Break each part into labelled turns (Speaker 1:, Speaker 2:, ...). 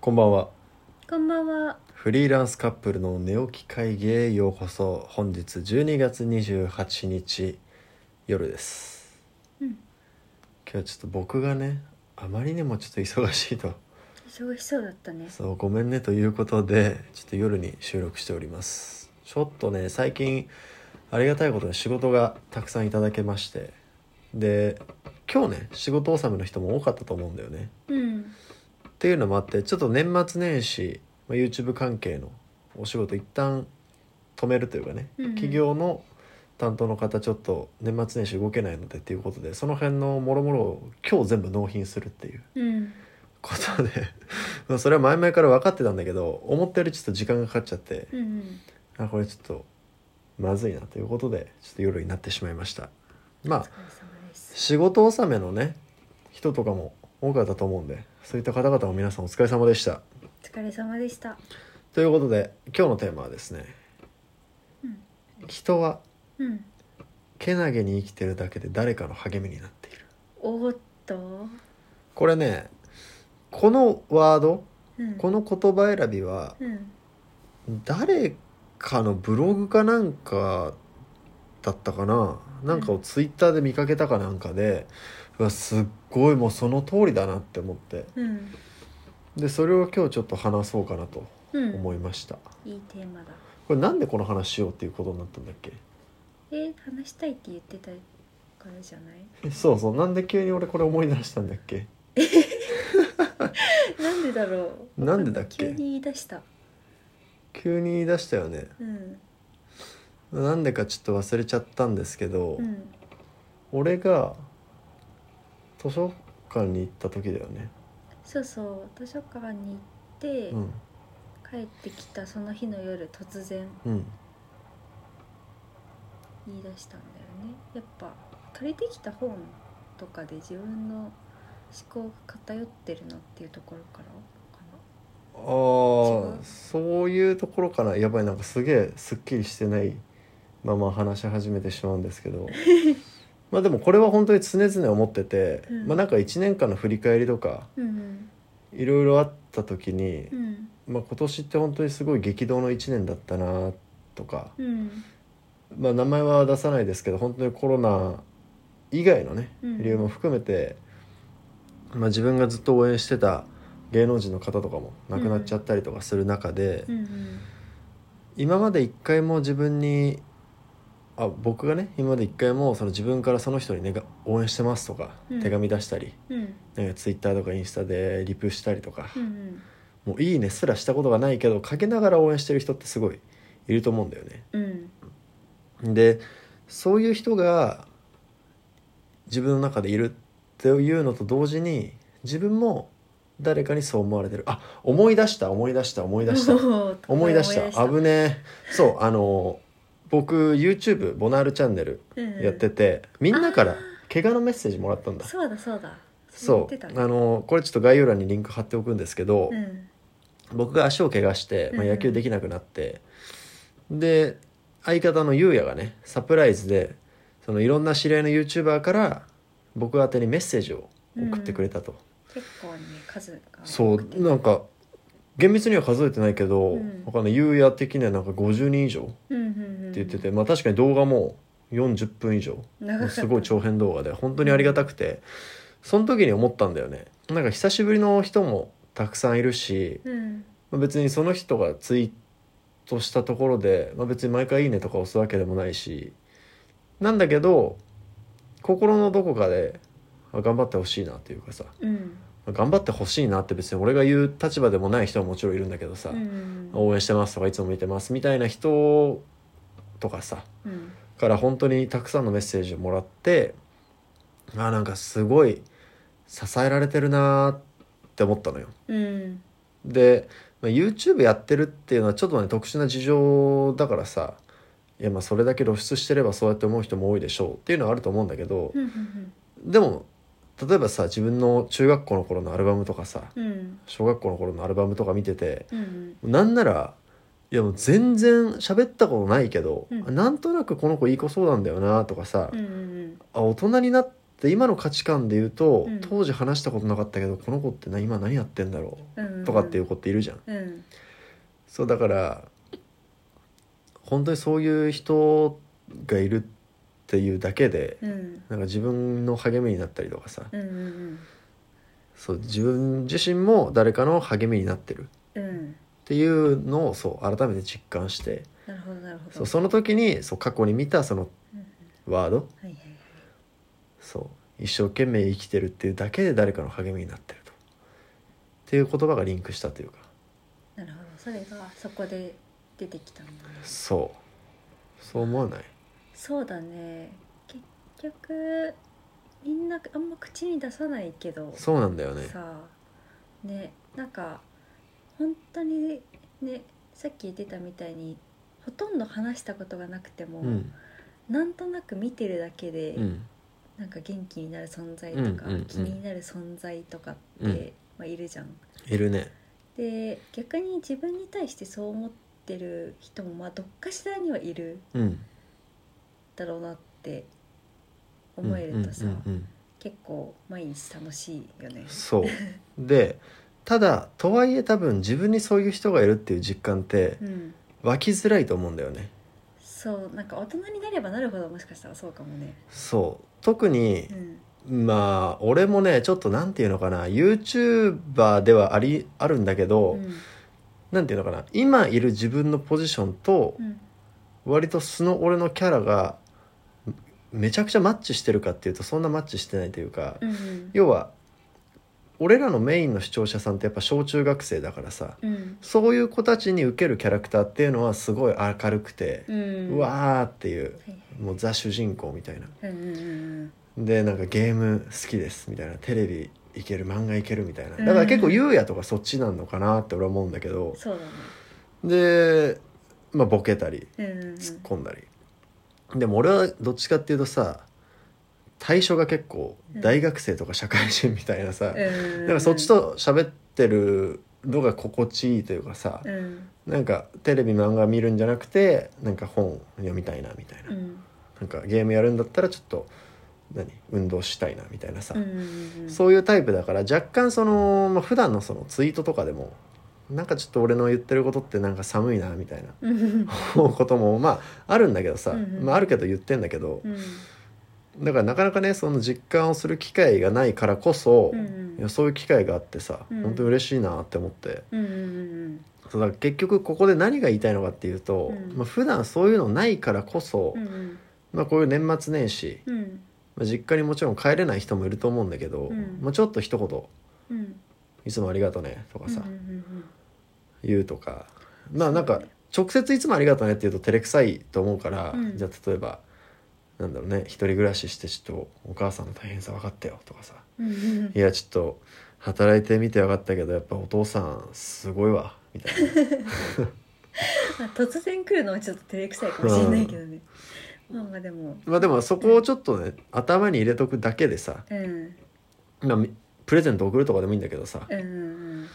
Speaker 1: こんばんは
Speaker 2: こんばんは。
Speaker 1: フリーランスカップルの寝起き会議へようこそ本日12月28日夜です
Speaker 2: うん。
Speaker 1: 今日はちょっと僕がねあまりにもちょっと忙しいと
Speaker 2: 忙しそうだったね。
Speaker 1: そうごめんねということでちょっと夜に収録しておりますちょっとね最近ありがたいことに仕事がたくさんいただけましてで今日ね仕事納めの人も多かったと思うんだよね
Speaker 2: うん。
Speaker 1: っていうのもあってちょっと年末年始まあ YouTube 関係のお仕事一旦止めるというかね、
Speaker 2: うんうん
Speaker 1: 企業の担当の方ちょっと年末年始動けないのでっていうことでその辺のもろもろを今日全部納品するっていう
Speaker 2: うん。
Speaker 1: ことでまあそれは前々から分かってたんだけど思ったよりちょっと時間がかかっちゃって
Speaker 2: うん。
Speaker 1: あこれちょっとまずいなということでちょっと夜になってしまいましたま
Speaker 2: お
Speaker 1: あ
Speaker 2: 疲れ様です。
Speaker 1: 仕事納めのね人とかも多かったと思うんでそういった方々も皆さんお疲れ様でした
Speaker 2: お疲れ様でした。
Speaker 1: ということで今日のテーマはですね
Speaker 2: うん。
Speaker 1: 人は
Speaker 2: うん。
Speaker 1: けなげに生きてるだけで誰かの励みになっている
Speaker 2: おーっと。
Speaker 1: これねこのワード
Speaker 2: うん。
Speaker 1: この言葉選びは
Speaker 2: うん。
Speaker 1: 誰かのブログかなんかだったかななんかをツイッターで見かけたかなんかでうわすっごいもうその通りだなって思って
Speaker 2: うん。
Speaker 1: でそれを今日ちょっと話そうかなと
Speaker 2: うん。
Speaker 1: 思いました
Speaker 2: いいテーマだ。
Speaker 1: これなんでこの話しようっていうことになったんだっけ
Speaker 2: え、話したいって言ってたからじゃない
Speaker 1: えそうそうなんで急に俺これ思い出したんだっけ
Speaker 2: なんでだろう。
Speaker 1: なんでだっけ
Speaker 2: 急に言い出した。
Speaker 1: 急に言い出したよね
Speaker 2: うん。
Speaker 1: なんでかちょっと忘れちゃったんですけど、
Speaker 2: うん。
Speaker 1: 俺が図書館に行った時だよね、
Speaker 2: そうそう。図書館に行って、
Speaker 1: うん
Speaker 2: 帰ってきたその日の夜突然
Speaker 1: うん、
Speaker 2: 言い出したんだよねやっぱ借りてきた本とかで自分の思考が偏ってるのっていうところからかな
Speaker 1: あ
Speaker 2: 違
Speaker 1: ー
Speaker 2: う
Speaker 1: そういうところからやばいなんかすげえすっきりしてないまま話し始めてしまうんですけ どまあでもこれは本当に常々思ってて、
Speaker 2: うん
Speaker 1: まあなんか1年間の振り返りとか
Speaker 2: うん
Speaker 1: いろいろあった時に、
Speaker 2: うん
Speaker 1: まあ、今年って本当にすごい激動の1年だったなとか、
Speaker 2: うん
Speaker 1: まあ、名前は出さないですけど本当にコロナ以外のね
Speaker 2: うん
Speaker 1: 理由も含めて、まあ、自分がずっと応援してた芸能人の方とかも亡くなっちゃったりとかする中で、
Speaker 2: うんうん
Speaker 1: 今まで一回も自分にあ僕がね今まで一回もその自分からその人に、ね、が応援してますとか、
Speaker 2: うん
Speaker 1: 手紙出したり、
Speaker 2: うん
Speaker 1: ね、ツイッターとかインスタでリプしたりとか、
Speaker 2: うん
Speaker 1: もう「いいね」すらしたことがないけどかけながら応援してる人ってすごいいると思うんだよね。
Speaker 2: うん
Speaker 1: でそういう人が自分の中でいるっていうのと同時に自分も誰かにそう思われてるあ思い出した思い出した思い出 した思い出した危ねえそうあの僕 YouTube ボナールチャンネルやってて、みんなから怪我のメッセージもらったんだ
Speaker 2: そうだそうだ
Speaker 1: そ
Speaker 2: 言ってた
Speaker 1: う
Speaker 2: ね
Speaker 1: あのこれちょっと概要欄にリンク貼っておくんですけど、
Speaker 2: うん
Speaker 1: 僕が足を怪我して、まあ、
Speaker 2: うん
Speaker 1: 野球できなくなって、で相方のゆうやがねサプライズでそのいろんな知り合いの YouTuber から僕宛てにメッセージを送ってくれたと、
Speaker 2: 結構ね数が
Speaker 1: そうなんか厳密には数えてないけど、
Speaker 2: うん
Speaker 1: 他のゆうや的にはなんか50人以上って
Speaker 2: うんうんうん
Speaker 1: 言ってて、まあ確かに動画も40分以上
Speaker 2: 長かった
Speaker 1: すごい長編動画で本当にありがたくて、その時に思ったんだよねなんか久しぶりの人もたくさんいるし、
Speaker 2: うん
Speaker 1: まあ別にその人がツイートしたところで、まあ、別に毎回「いいね」とか押すわけでもないしなんだけど心のどこかであ頑張ってほしいなというかさ
Speaker 2: うん
Speaker 1: 頑張ってほしいなって別に俺が言う立場でもない人はもちろんいるんだけどさ、
Speaker 2: うん
Speaker 1: 応援してますとかいつも見てますみたいな人とかさ
Speaker 2: うん
Speaker 1: から本当にたくさんのメッセージをもらってあなんかすごい支えられてるなーって思ったのよ。
Speaker 2: うん
Speaker 1: で、まあ、YouTube やってるっていうのはちょっとね特殊な事情だからさいやまあそれだけ露出してればそうやって思う人も多いでしょうっていうのはあると思うんだけど
Speaker 2: うんうん
Speaker 1: でも例えばさ自分の中学校の頃のアルバムとかさ
Speaker 2: うん
Speaker 1: 小学校の頃のアルバムとか見てて
Speaker 2: うん
Speaker 1: なんならいやもう全然喋ったことないけど、
Speaker 2: うん
Speaker 1: なんとなくこの子いい子そうなんだよなとかさ、
Speaker 2: うんうん
Speaker 1: あ大人になってで今の価値観で言うと、
Speaker 2: うん
Speaker 1: 当時話したことなかったけどこの子ってな今何やってんだろ
Speaker 2: うんうん
Speaker 1: うとかっていう子っているじゃん、
Speaker 2: うん
Speaker 1: そうだから本当にそういう人がいるっていうだけで
Speaker 2: うん
Speaker 1: なんか自分の励みになったりとかさ、
Speaker 2: うんうん
Speaker 1: そう自分自身も誰かの励みになってるっ
Speaker 2: うんうん
Speaker 1: ていうのをそう改めて実感して
Speaker 2: なるほどなるほど
Speaker 1: そうその時にそう過去に見たその
Speaker 2: うんうん
Speaker 1: ワード
Speaker 2: はいはい
Speaker 1: そう一生懸命生きてるっていうだけで誰かの励みになってるとっていう言葉がリンクしたというか
Speaker 2: なるほどそれがそこで出てきたんだね
Speaker 1: そうそう思わない
Speaker 2: そうだね結局みんなあんま口に出さないけど
Speaker 1: そうなんだよね
Speaker 2: さあねなんか本当にねさっき言ってたみたいにほとんど話したことがなくても、
Speaker 1: うん
Speaker 2: なんとなく見てるだけで、
Speaker 1: うん
Speaker 2: なんか元気になる存在
Speaker 1: う
Speaker 2: と
Speaker 1: ん
Speaker 2: か、
Speaker 1: うんうん
Speaker 2: 気になる存在とかって、
Speaker 1: うん
Speaker 2: まあ、いるじゃん。
Speaker 1: いるね
Speaker 2: で逆に自分に対してそう思ってる人もまあどっかしらにはいる
Speaker 1: うん
Speaker 2: だろうなって思えるとさ、
Speaker 1: うんうんうんうん
Speaker 2: 結構毎日楽しいよね。
Speaker 1: そうでただとはいえ多分自分にそういう人がいるっていう実感って
Speaker 2: うん
Speaker 1: 湧きづらいと思うんだよね
Speaker 2: そうなんか大人になればなるほどもしかしたらそうかもね
Speaker 1: そう特に
Speaker 2: うん
Speaker 1: まあ俺もねちょっとなんていうのかな YouTuber ではありあるんだけど、
Speaker 2: うん
Speaker 1: なんていうのかな今いる自分のポジションと
Speaker 2: うん
Speaker 1: 割と素の俺のキャラがめちゃくちゃマッチしてるかっていうとそんなマッチしてないというか、
Speaker 2: うん
Speaker 1: 要は俺らのメインの視聴者さんってやっぱ小中学生だからさ
Speaker 2: うん
Speaker 1: そういう子たちに受けるキャラクターっていうのはすごい明るくて、
Speaker 2: うん
Speaker 1: うわーっていう
Speaker 2: はい
Speaker 1: もうザ主人公みたいな
Speaker 2: はいうんうんうん
Speaker 1: でなんかゲーム好きですみたいなテレビいける漫画いけるみたいな
Speaker 2: うん
Speaker 1: だから結構ゆうやとかそっちなんのかなって俺は思うんだけど
Speaker 2: そうだね
Speaker 1: でまあボケたり
Speaker 2: うんうんうん
Speaker 1: 突っ込んだり、でも俺はどっちかっていうとさ対象が結構大学生とか社会人みたいなさ、だ
Speaker 2: うんうん
Speaker 1: からそっちと喋ってるのが心地いいというかさ、
Speaker 2: うん
Speaker 1: なんかテレビ漫画見るんじゃなくてなんか本読みたいなみたいな、
Speaker 2: うん
Speaker 1: なんかゲームやるんだったらちょっと何運動したいなみたいなさ、
Speaker 2: うんうんうん
Speaker 1: そういうタイプだから若干その、まあ、普段のそのツイートとかでもなんかちょっと俺の言ってることってなんか寒いなみたいな
Speaker 2: うんうん
Speaker 1: 思うこともまああるんだけどさ、
Speaker 2: うんうん
Speaker 1: まあ、あるけど言ってんだけど
Speaker 2: う、ん
Speaker 1: だからなかなかねその実感をする機会がないからこそ、
Speaker 2: うんうん
Speaker 1: いやそういう機会があってさ、
Speaker 2: うん
Speaker 1: 本当に嬉しいなって思って
Speaker 2: うんうん
Speaker 1: そうだから結局ここで何が言いたいのかっていうと、
Speaker 2: うん
Speaker 1: まあ普段そういうのないからこそ、
Speaker 2: うんうん
Speaker 1: まあ、こういう年末年始、
Speaker 2: うん
Speaker 1: まあ、実家にもちろん帰れない人もいると思うんだけど、
Speaker 2: うん
Speaker 1: まあ、ちょっと一言
Speaker 2: うん
Speaker 1: 「いつもありがとね」とかさ、
Speaker 2: うんうんうん
Speaker 1: 言うとかまあなん
Speaker 2: そ
Speaker 1: か
Speaker 2: うだね
Speaker 1: 直接「いつもありがとね」って言うと照れくさいと思うから、
Speaker 2: うん
Speaker 1: じゃあ例えばなんだろうね一人暮らししてちょっとお母さんの大変さ分かったよとかさ
Speaker 2: うんうんうん
Speaker 1: いやちょっと働いてみて分かったけどやっぱお父さんすごいわみたい な
Speaker 2: まあ突然来るのはちょっと照れくさいかもしれないけどねまあまあでも
Speaker 1: まあでもそこをちょっとね頭に入れとくだけでさ、
Speaker 2: うん
Speaker 1: まあ、みプレゼント送るとかでもいいんだけどさ
Speaker 2: うんうんうん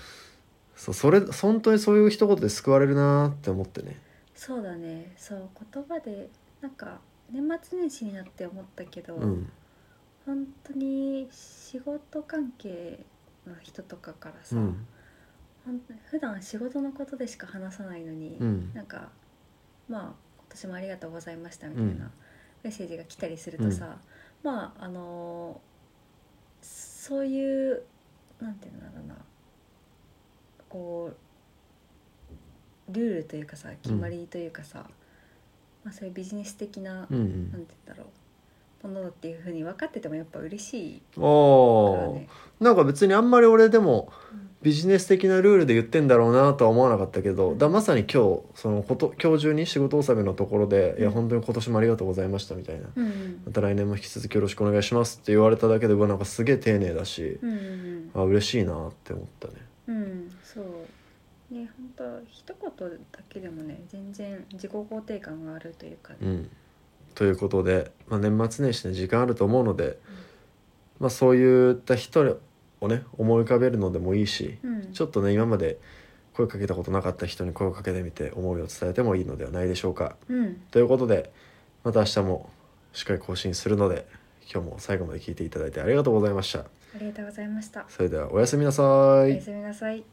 Speaker 1: そうそれ本当にそういう一言で救われるなーって思ってね
Speaker 2: そうだねそう言葉でなんか年末年始になって思ったけど、
Speaker 1: うん
Speaker 2: 本当に仕事関係の人とかからさ、
Speaker 1: うん
Speaker 2: ほん普段仕事のことでしか話さないのに、
Speaker 1: うん
Speaker 2: なんかまあ今年もありがとうございましたみたいな、
Speaker 1: うん
Speaker 2: メッセージが来たりするとさ、まああのーそういうなんていうんだろうなこうルールというかさ決まりというかさ、まあ、そういうビジネス的な、
Speaker 1: うん
Speaker 2: なんて言うんだろうものだっていうふうに分かっててもやっぱ嬉し
Speaker 1: うん
Speaker 2: いから
Speaker 1: おー
Speaker 2: ね。
Speaker 1: なんか別にあんまり俺でも
Speaker 2: うん
Speaker 1: ビジネス的なルールで言ってんだろうなとは思わなかったけどだまさに今日そのこと今日中に仕事納めのところで「いや本当に今年もありがとうございました」みたいな「
Speaker 2: うん
Speaker 1: また来年も引き続きよろしくお願いします」って言われただけでうわなんかすげえ丁寧だし
Speaker 2: うんうん
Speaker 1: あ嬉しいなって思ったね
Speaker 2: うんうんそうね本当一言だけでもね全然自己肯定感があるというかね、
Speaker 1: うんということで、まあ、年末年始ね時間あると思うので、まあ、そういった人をね思い浮かべるのでもいいし
Speaker 2: うん、
Speaker 1: ちょっとね今まで声かけたことなかった人に声をかけてみて思いを伝えてもいいのではないでしょうか。
Speaker 2: うん
Speaker 1: ということでまた明日もしっかり更新するので今日も最後まで聞いていただいてありがとうございました
Speaker 2: ありがとうございました
Speaker 1: それではおやすみなさ
Speaker 2: お
Speaker 1: い
Speaker 2: やすみなさい